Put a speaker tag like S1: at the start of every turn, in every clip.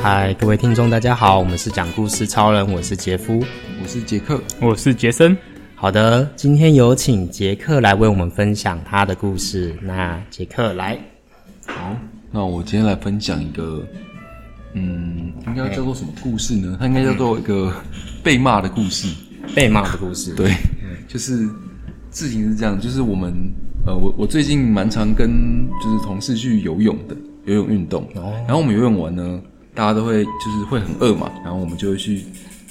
S1: 嗨，各位听众，大家好，我们是讲故事超人，我是杰夫。
S2: 我是杰克，
S3: 我是杰森。
S1: 好的，今天有请杰克来为我们分享他的故事。那杰克来，
S2: 好，那我今天来分享一个，嗯，应该叫做什么故事呢？它应该叫做一个被骂的故事。
S1: 被骂的故事。，
S2: 对，就是事情是这样，就是我们呃，我我最近蛮常跟就是同事去游泳的，游泳运动。
S3: 哦
S2: 然后我们游泳完呢，大家都会就是会很饿嘛，然后我们就会去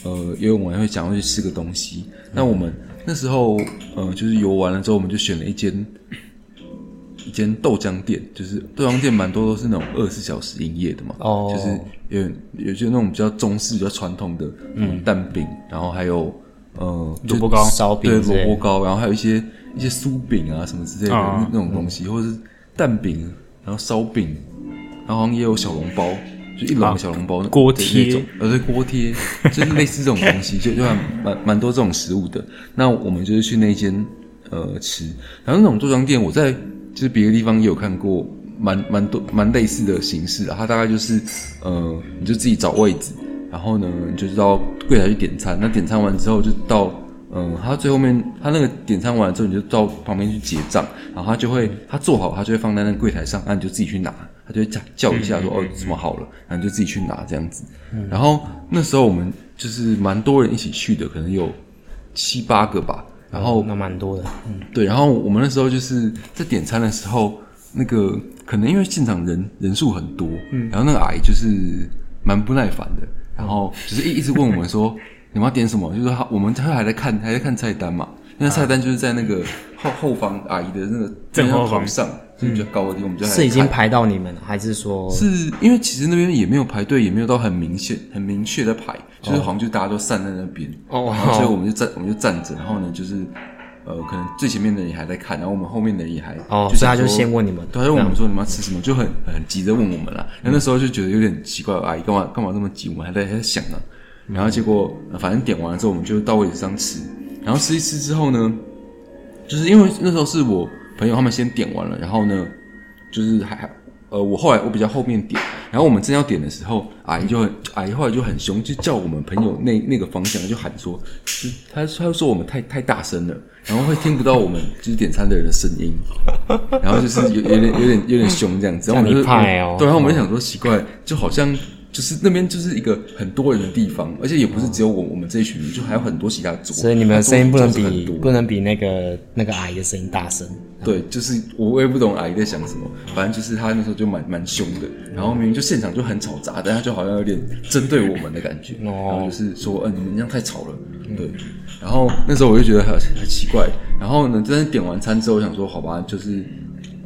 S2: 呃游泳完会想要去吃个东西。那我们那时候呃就是游完了之后，我们就选了一间。一间豆浆店，就是豆浆店蛮多都是那种二十四小时营业的嘛，
S1: 哦
S2: 就是有点有些那种比较中式、比较传统的，嗯，蛋饼，然后还有呃
S3: 萝卜糕
S1: 烧饼
S2: 对
S1: 之类的
S2: 萝卜糕，然后还有一些一些酥饼啊什么之类的、
S3: 啊
S2: 那种东西，
S1: 嗯
S2: 或者是蛋饼，然后烧饼，然后好像也有小笼包，就一
S1: 啊
S2: 笼小笼包、那
S3: 锅贴
S2: 那种呃对锅贴，就是类似这种东西，就 就还蛮蛮多这种食物的。那我们就是去那间呃吃，然后那种豆浆店我在就是别的地方也有看过。蛮蛮多蛮类似的形式啊，它大概就是，呃，你就自己找位置，然后呢，你就是到柜台去点餐。那点餐完之后，就到嗯，他最后面他那个点餐完之后，你就到旁边去结账，然后他就会他做好，他就会放在那个柜台上，那你就自己去拿。他就会叫叫一下说、哦什么好了，然后你就自己去拿这样子。然后那时候我们就是蛮多人一起去的，可能有七八个吧。然后
S1: 那蛮多的。
S2: 对，然后我们那时候就是在点餐的时候，那个可能因为现场人人数很多，嗯，然后那个阿姨就是蛮不耐烦的，然后就是一一直问我们说你们要点什么，就是她我们她还在看还在看菜单嘛，因为菜单就是在那个后后方阿姨的那个
S3: 正后方
S2: 头上，就是比较高的地方，我们就还在
S1: 是已经
S2: 看
S1: 排到你们了，还是说？
S2: 是因为其实那边也没有排队，也没有到很明显、很明确的排，就是好像就大家都散在那边，
S1: 哦
S2: 然后所以我们就站，我们就站着，然后呢就是，呃，可能最前面的人也还在看，然后我们后面的人也还，
S1: 哦，
S2: 就
S1: 所以他
S2: 想
S1: 就
S2: 说
S1: 先问你们，嗯
S2: 对，他就问我们说你们要吃什么，就很很急着问我们了。然后那时候就觉得有点奇怪，阿姨干嘛干嘛这么急？我们还在还在想呢。然后结果呃反正点完了之后，我们就到位置上吃。然后吃一吃之后呢，就是因为那时候是我朋友他们先点完了，然后呢，就是还呃我后来我比较后面点，然后我们正要点的时候，阿姨就很阿姨后来就很凶，就叫我们朋友那那个方向就喊说，就她她就说我们太太大声了，然后会听不到我们就是点餐的人的声音。 然后就是有有点有点有点凶这样子，然后我们就
S1: 像你派哦
S2: 对，然后我们就想说奇怪，就好像就是那边就是一个很多人的地方，而且也不是只有我我们这一群人，就还有很多其他桌，
S1: 所以你们的声音不能
S2: 桌子很
S1: 比
S2: 多
S1: 不能比那个那个阿姨的声音大声。
S2: 对，就是我我也不懂阿姨在想什么，反正就是她那时候就蛮蛮凶的，然后明明就现场就很吵杂，但她就好像有点针对我们的感觉，然后就是说，嗯、你们这样太吵了，对。然后那时候我就觉得很很奇怪，然后呢，真的点完餐之后，我想说，好吧，就是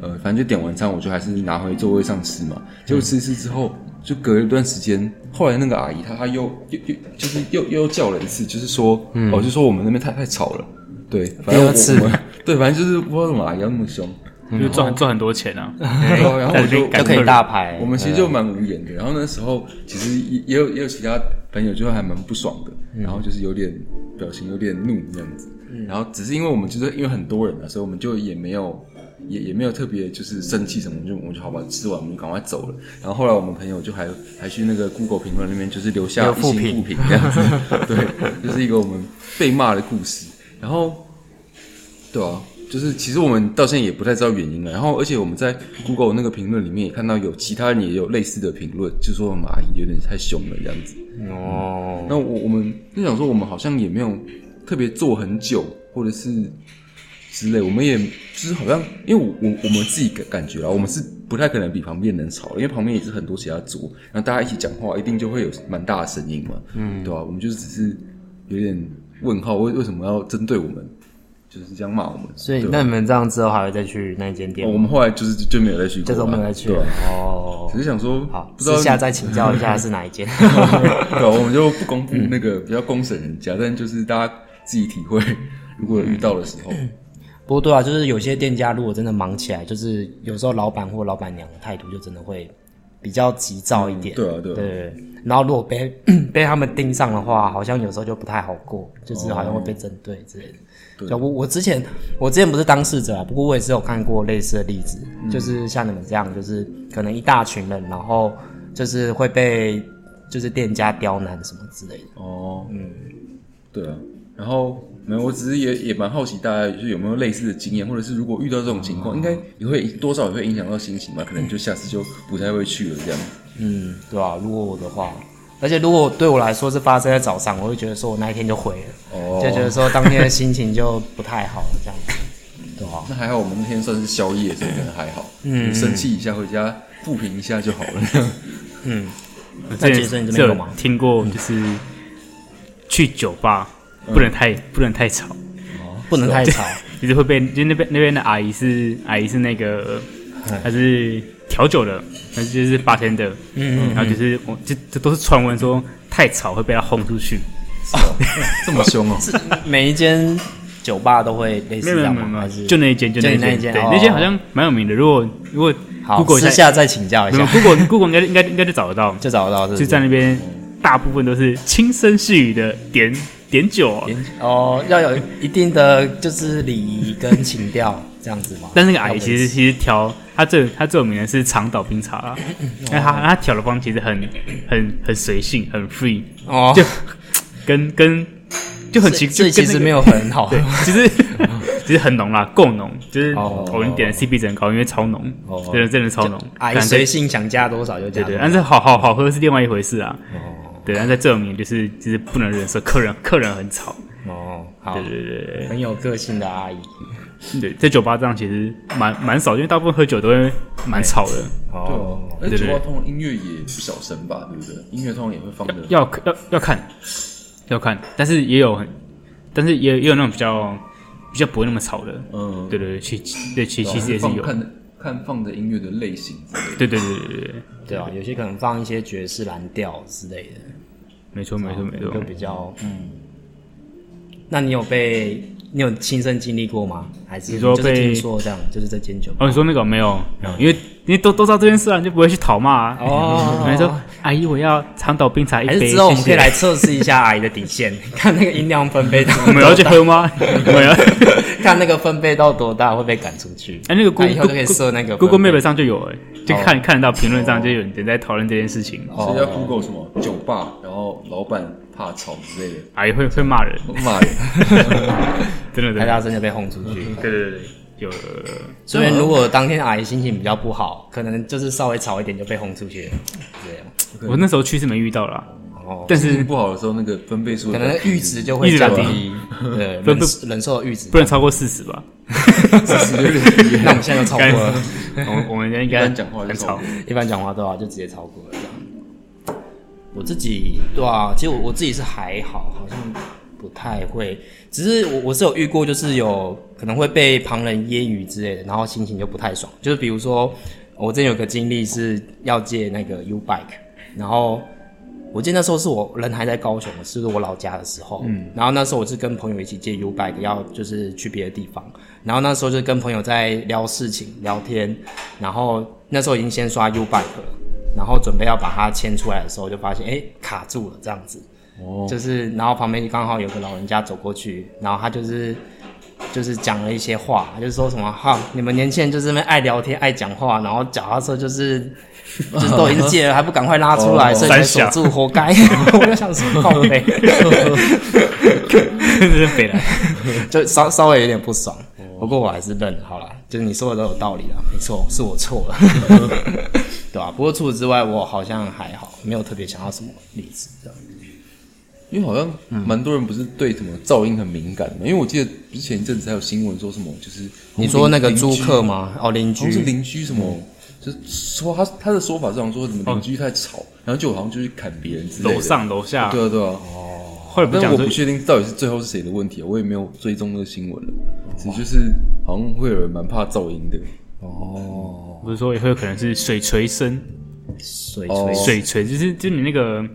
S2: 呃，反正就点完餐，我就还是拿回座位上吃嘛。结果吃一吃之后，就隔了一段时间，后来那个阿姨她她又又又就是又又叫了一次，就是说，哦，就说我们那边太太吵了。对，反正
S1: 第
S2: 我
S1: 二次
S2: 我们对，反正就是不知道怎么阿姨啊要那 么凶，
S3: 就是
S1: 嗯
S3: 赚赚很多钱啊，
S2: 对啊然后我就
S3: 感
S1: 就可以嗯大牌。哦
S2: 我们其实就蛮无言的。然后那时候其实也也有也有其他朋友就还蛮不爽的，
S1: 嗯
S2: 然后就是有点表情有点怒这样子。然后只是因为我们就是因为很多人啊，所以我们就也没有也也没有特别就是生气什么，就我们就好吧，吃完我们就赶快走了。然后后来我们朋友就还还去那个 Google 评论那边就是留下
S1: 留
S2: 一
S1: 负
S2: 星
S1: 评
S2: 负评这样子， 对，就是一个我们被骂的故事。然后对啊，就是其实我们到现在也不太知道原因了。然后，而且我们在 Google 那个评论里面也看到有其他人也有类似的评论，就说我们阿姨有点太凶了这样子。
S1: 哦，
S2: 那我我们就想说，我们好像也没有特别做很久，或者是之类，我们也就是好像，因为我我我们自己感感觉啊，我们是不太可能比旁边人吵，因为旁边也是很多其他桌，然后大家一起讲话，一定就会有蛮大的声音嘛，嗯，对吧、我们就只是有点问号，为为什么要针对我们，就是这样骂我们？
S1: 所以
S2: 对吧
S1: 那你们这样之后还会再去那间店
S2: 哦
S1: 吗？
S2: 我们后来就是就就没有再去过了，
S1: 这周没有再去
S2: 对
S1: 了
S2: 啊、
S1: 哦。
S2: 只是想说，
S1: 好，
S2: 不知道
S1: 私下再请教一 下是哪一间。
S2: 对，啊我们就不公
S1: 嗯
S2: 布那个比较公审人家，但就是大家自己体会，如果有遇到的时
S1: 嗯
S2: 候，
S1: 不过对啊，就是有些店家如果真的忙起来，就是有时候老板或老板娘的态度就真的会比较急躁一点。
S2: 对啊对
S1: 嗯
S2: 啊
S1: 对。然后如果被 被他们盯上的话，好像有时候就不太好过，就是好像会被针对之类的。就我我之前我之前不是当事者啊，不过我也是有看过类似的例子，就是像你们这样，就是可能一大群人，然后就是会被就是店家刁难什么之类的。
S2: 哦，嗯，对啊。然后没有，我只是也也蛮好奇大家就是有没有类似的经验，或者是如果遇到这种情
S1: 哦
S2: 况，应该也会多少也会影响到心情吧？可能就下次就不太会去了这样。
S1: 嗯，对啊，如果我的话，而且如果对我来说是发生在早上，我会觉得说我那一天就毁了，
S2: 哦
S1: 就觉得说当天的心情就不太好这样子，对啊，
S2: 那还好，我们那天算是宵夜，所以可能还好。嗯，生气一下回家复评一下就好了。
S3: 我
S1: 那
S3: 之
S1: 杰森
S3: 前
S1: 你这
S3: 是
S1: 边有
S3: 有
S1: 吗
S3: 听过，就是去酒吧
S1: 嗯
S3: 不能太不能太吵，
S1: 不能太吵。
S3: 就是会被就那边那边的阿姨是阿姨是那个
S1: 嗯
S3: 她是调酒的，但是就是八天的，嗯，然后就是我这这都是传闻说太吵会被她轰出去，
S2: 这么凶哦、
S1: 每一间酒吧都会类似
S3: 没
S1: 这
S3: 有没有
S1: 样
S3: 没有
S1: 吗？
S3: 没
S1: 还
S3: 有
S1: 是，
S3: 就那一间就
S1: 就
S3: 那
S1: 你
S3: 一
S1: 那一
S3: 间，
S1: 间
S3: 对
S1: 哦
S3: 那间好像蛮有名的，如果如果
S1: 好，
S3: Google
S1: 私
S3: 一
S1: 下再请教一
S3: 没有
S1: 下，
S3: Google Google 应该应该应该就找得到，
S1: 就找得到是不
S3: 就是在那边大部分都是轻声细语的点点酒哦，
S1: 哦，要有一定的就是礼仪跟情调这样子吗？
S3: 但那个阿姨其
S1: 要维
S3: 实其实调她最她最有名的是长岛冰茶啦，
S1: 哦
S3: 那她她调的方其实很很很随性，很 free，
S1: 持哦，
S3: 就跟跟就很奇，
S1: 这
S3: 就
S1: 其
S3: 跟
S1: 实
S3: 那个
S1: 没有很好
S3: 对，其实其实很浓啦，够浓，就是
S1: 哦
S3: 我们点的 CP 值很高，因为超浓，真的真的超浓，
S1: 阿姨
S3: 但
S1: 随
S3: 对
S1: 性想加多少就加
S3: 对
S1: 多
S3: 对，
S1: 少
S3: 但。是好好好喝是另外一回事啊。
S1: 哦
S3: 对，但在最有名就是就是不能忍受客人客人很吵，
S1: 哦，好
S3: 对，对对对。
S1: 很有个性的阿姨。
S3: 对，在酒吧这样其实蛮蛮少，因为大部分喝酒都会蛮吵的，
S1: 哦，
S2: 啊而且
S3: 对对
S2: 酒
S3: 对
S2: 吧通常音乐也不小声吧，对不对？音乐通常也会放的。
S3: 要要要看要看，但是也有很，但是也也有那种比较比较不会那么吵的，
S2: 嗯，
S3: 对对对，其对其其
S2: 然后
S3: 实也是
S2: 放
S1: 哦
S3: 有，
S2: 看看放的音乐的类型之类的。
S3: 对对对对对对，哦
S1: 对啊，有些可能放一些爵士蓝调之类的，
S3: 没错没错没
S1: 就
S3: 错，
S1: 比较嗯。那你有被你有亲身经历过吗？还是
S3: 你说
S1: 就是
S3: 被
S1: 听说这样，就是这间酒吧
S3: 哦，你说那个没有没有，因为因为都都知道这件事了，你就不会去讨骂啊。
S1: 哦
S3: 你说阿姨，我要长岛冰茶一
S1: 还
S3: 杯，
S1: 是之后我们可以来
S3: 谢
S1: 测试一下阿姨的底线， 看那个音量分贝到
S3: 谢。我们要去 喝吗？我们要。
S1: 看那个分贝到多大会被赶出 去。
S3: 哎，那个 Google
S1: 以后就可以设那个
S3: Google
S1: 分贝
S3: Map 上就有哎，就
S2: 哦
S3: 看看得到评论上就有人在讨论这件事情。
S1: 哦
S2: 所以要 Google 什么酒吧，然后老板怕吵之类的，
S3: 阿姨会会骂人，
S2: 骂人。
S3: 真的真
S2: 哎
S1: 太
S3: 的，
S1: 大声就被轰出去。
S3: 对对对，有有有有
S1: 所以如果当天阿姨心情比较不好，可能就是稍微吵一点就被轰出去了。对啊，
S3: 我那时候去是没遇到啦，
S1: 哦，
S3: 但
S2: 心
S3: 是
S2: 情不好的时候，那个分贝数
S1: 可能阈值就
S3: 一
S1: 会
S3: 直
S1: 降
S3: 降
S1: 低，对，
S3: 不
S1: 忍
S3: 不
S1: 忍受的阈值
S3: 不。能超过四十 吧。
S1: 那我们现在就超过了，
S3: 我们我们应该
S2: 一般讲话就
S3: 很
S2: 超
S3: 吵
S2: 过，
S1: 一般讲话对啊，就直接超过了这样。我自己对啊，其实我我自己是还好，好像不太会，只是我我是有遇过，就是有可能会被旁人揶揄之类的，然后心情就不太爽。就是比如说，我之前有个经历是要借那个 U bike，然后我记得那时候是我人还在高雄，是我老家的时候，嗯，然后那时候我是跟朋友一起借 U bike，要就是去别的地方，然后那时候就跟朋友在聊事情、聊天，然后那时候已经先刷 U bike 了，然后准备要把它牵出来的时候，就发现哎、诶卡住了这样子，哦，就是然后旁边刚好有个老人家走过去，然后他就是就是讲了一些话，就是说什么哈，你们年轻人就是那边爱聊天、爱讲话，然后脚踏车就是 就是都已经戒了，还不赶快拉出来，
S2: 哦
S1: 所以你们
S3: 三
S1: 锁
S3: 小
S1: 住，活该。 我就想说，靠背，
S3: 真是北来。
S1: 就稍稍微有点不爽，哦不过我还是认了，好啦，就是你说的都有道理啦，没错，是我错 了，对吧、不过除此之外，我好像还好，没有特别想要什么例子这样。
S2: 因为好像蛮多人不是对什么噪音很敏感的，因为我记得之前一阵子还有新闻说什么，就是
S1: 你说那个租客
S2: 吗？
S1: 吗？哦，邻
S2: 好像是
S1: 居，
S2: 邻居什么，就是说他他的说法是好像说什
S1: 哦
S2: 么邻居太吵，然后就好像就去砍别人之类的。
S3: 楼上楼下，
S2: 对啊对啊，
S3: 后来不是
S2: 但
S3: 讲
S2: 我
S3: 说
S2: 不确定到底是最后是谁的问题啊，我也没有追踪那个新闻了，只就是好像会有人蛮怕噪音的。
S3: 不是说也会有可能是水锤声，
S1: 水
S2: 哦
S1: 水
S3: 水锤就是就你那个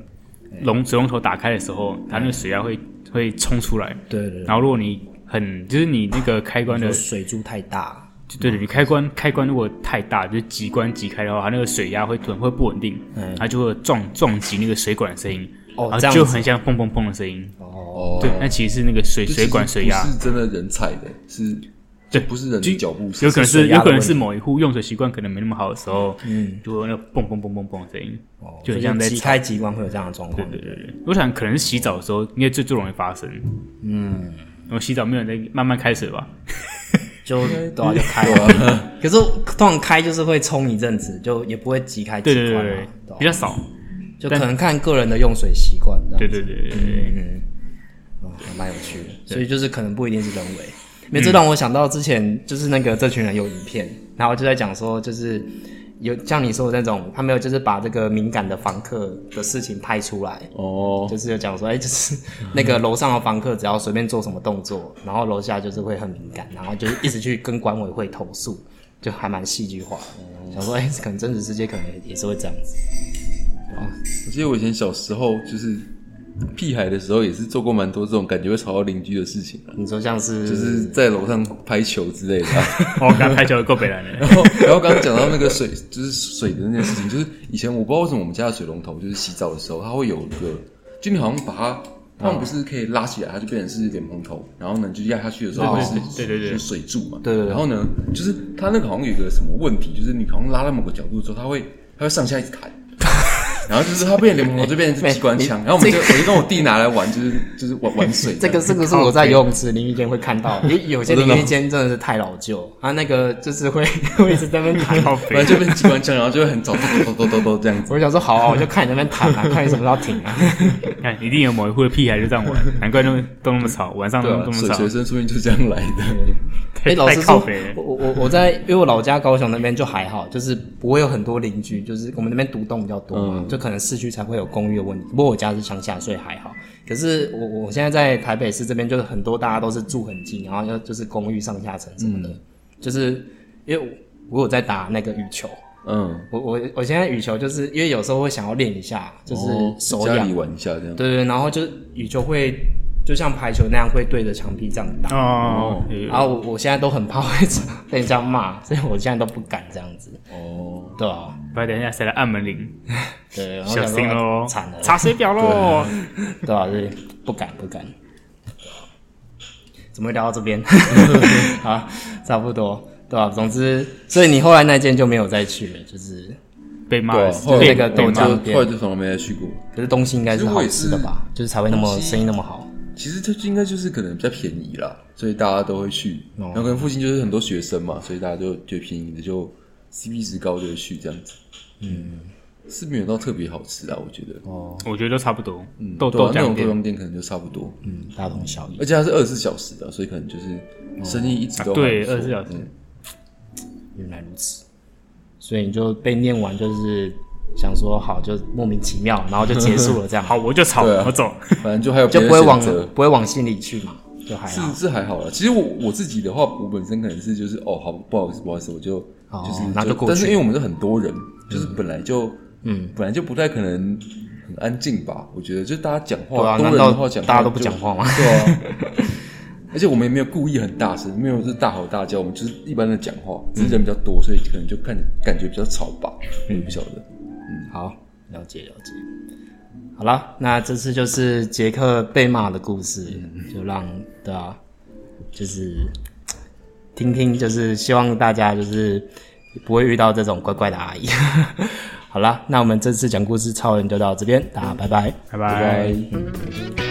S3: 龙水龙头打开的时候，它那
S2: 嗯
S3: 个水压会会冲出来，
S1: 对对对，
S3: 然后如果你很就是你那个开关的
S1: 水柱太大，
S3: 就对对，你开关开关如果太大，就是急关急开的话，它那个水压会突然会不稳定，它就会有撞撞击那个水管的声音，
S1: 嗯哦
S3: 然
S1: 这样
S3: 后就
S1: 子
S3: 很像砰砰砰的声音。
S2: 哦，
S3: 对，那其实是那个水
S2: 就其实
S3: 水管水压
S2: 不，是真的人踩的，是就
S3: 对
S2: 不是人的脚步
S3: 有
S2: 声。
S3: 可能
S1: 是水
S3: 是
S1: 压的
S3: 有可能
S1: 问
S3: 是
S1: 题
S3: 某一户用水习惯可能没那么好的时候，嗯，就会有那个砰砰砰砰砰的声音，
S1: 哦
S3: 就很像在
S1: 急开机关会有这样的状况。
S3: 对对对，我想可能是洗澡的时候，应该最最容易发生。嗯，我洗澡没有人在慢慢开水吧？
S1: 就对啊，就开了。 可是通常开就是会冲一阵子，就也不会急开机
S3: 对对
S1: 关
S3: 对
S1: 啊
S3: 对，
S1: 对啊
S3: 比较少。
S1: 就可能看个人的用水习惯。这样
S3: 对对对对对，
S1: 嗯，哦，还蛮有趣的。所以就是可能不一定是人为，因
S3: 嗯
S1: 为这让我想到之前就是那个这群人有影片，然后就在讲说就是。有像你说的那种，他没有就是把这个敏感的房客的事情拍出来，
S2: 哦，
S1: 就是有讲说，哎、就是那个楼上的房客只要随便做什么动作，然后楼下就是会很敏感，然后就是一直去跟管委会投诉，就还蛮戏剧化的。想说，哎、可能真实世界可能也是会这样子。
S2: 我记得我以前小时候就是屁孩的时候，也是做过蛮多这种感觉会吵到邻居的事情啊，
S1: 你说像是，
S2: 就是在楼上拍球之类的啊。
S3: 我哦刚开球够北蓝的，
S2: 然后， 然后刚刚讲到那个水，就是水的那件事情，就是以前我不知道为什么我们家的水龙头，就是洗澡的时候，它会有一个，就你好像把它，它们不是可以拉起来，它就变成是莲蓬头，然后呢，就压下去的时候会是，
S3: 对对对对对
S2: 是水柱嘛，
S1: 对对对
S2: 然后呢，就是它那个好像有一个什么问题，就是你好像拉到某个角度之后，它会，它会上下一直弹。然后就是它变成莲蓬头，就变成是机关枪。然后我们就我就跟我弟拿来玩，就是就是玩玩 水。
S1: 这个这个是我在游泳池淋浴间会看到的，有有些淋浴间真的是太老旧，它那个就是会 会一直在那边弹。
S3: 好
S2: 反正
S3: 肥。
S2: 就变成机关枪，然后就会很早咚咚咚咚咚这样子。
S1: 我想说，好啊，我就看你那边弹啊，看你什么时候停啊。
S3: 看，一定有某一户的屁孩就这样玩，难怪那么都那么吵，晚上都
S2: 对啊
S3: 那，么
S2: 水
S3: 吵
S2: 学，生说不定就这样来的。
S1: 哎、
S3: 太
S1: 老
S3: 太
S1: 实
S3: 靠
S1: 说
S3: 北，了。
S1: 我我我在，因为我老家高雄那边就还好，就是不会有很多邻居，就是我们那边独栋比较多
S3: 嗯
S1: 嘛，就可能市区才会有公寓的问题。不过我家是乡下，所以还好。可是我我现在在台北市这边，就是很多大家都是住很近，然后要就是公寓上下层什么的，
S3: 嗯
S1: 就是因为我我有在打那个羽球，
S2: 嗯，
S1: 我我我现在羽球就是因为有时候会想要练一下，就是
S2: 哦
S1: 手
S2: 家
S1: 痒，
S2: 里玩一下这样。
S1: 对对，对然后就是羽球会就像排球那样会对着墙壁这样打。
S3: 哦，
S1: 然后我我现在都很怕会 被人家骂，所以我现在都不敢这样子，
S2: 哦，
S1: 对啊？
S3: 不然等一下谁来按门铃？
S1: 对，然后
S3: 小
S1: 想说啊
S3: 心哦，
S1: 惨了，
S3: 查水表喽。
S1: 对啊？对，不敢不敢。怎么会聊到这边？ 好，差不多，对吧、总之，所以你后来那间就没有再去了，就是，
S3: 被骂
S2: 对
S3: 了
S2: 啊，，后来
S1: 那
S3: 被
S1: 个
S2: 我
S1: 豆
S2: 就
S1: 浆店
S2: 后来就从来没再去过。
S1: 可是东西应该是好吃的
S2: 其实我
S1: 吧？就是才会那么生意那么好。
S2: 其实这应该就是可能比较便宜啦，所以大家都会去。
S1: 哦
S2: 然后可能附近就是很多学生嘛，所以大家就觉得便宜的就 CP 值高就会去这样子。嗯，是没有到特别好吃啊，我觉得。哦，
S3: 我觉得都差不多，豆
S2: 对啊
S3: 豆，
S2: 那
S3: 浆
S2: 种豆
S3: 店。
S2: 浆店可能就差不多，
S1: 嗯，大同小异。
S2: 而且它是二十四小时的，所以可能就是生意一直都还不错
S3: 啊
S2: 嗯
S3: 对，二十四小时。
S1: 原来如此，所以你就被念完，就是想说好，就莫名其妙，然后就结束 了这样，
S3: 好，我就吵，
S2: 对啊
S3: 我走。
S2: 反正就 还有
S1: 就
S2: 别的
S1: 不会往
S2: 选择
S1: 不会往心里去嘛，就还好
S2: 是。是还好啦。其实我我自己的话，我本身可能是就是哦，好不好意思，不好意思，我就、
S1: 哦
S2: 就是
S1: 那就过去
S2: 但是因为我们是很多人，就是本来就嗯，本来就不太可能很安静吧。我觉得就大家讲
S1: 对
S2: 话，
S1: 啊
S2: 多人
S1: 难道
S2: 的话讲话，
S1: 大家都不讲话吗？
S2: 对 啊。而且我们也没有故意很大声，没有就是大吼大叫，我们就是一般的讲话，
S1: 嗯
S2: 只是人比较多，所以可能就看感觉比较吵吧，我也不晓得。
S1: 好，了解了解。好了，那这次就是杰克被骂的故事，
S2: 嗯
S1: 就让对啊，就是听听，就是希望大家就是不会遇到这种怪怪的阿姨。 好啦，那我们这次讲故事超人就到这边，大家拜拜
S3: 拜拜。
S2: 拜。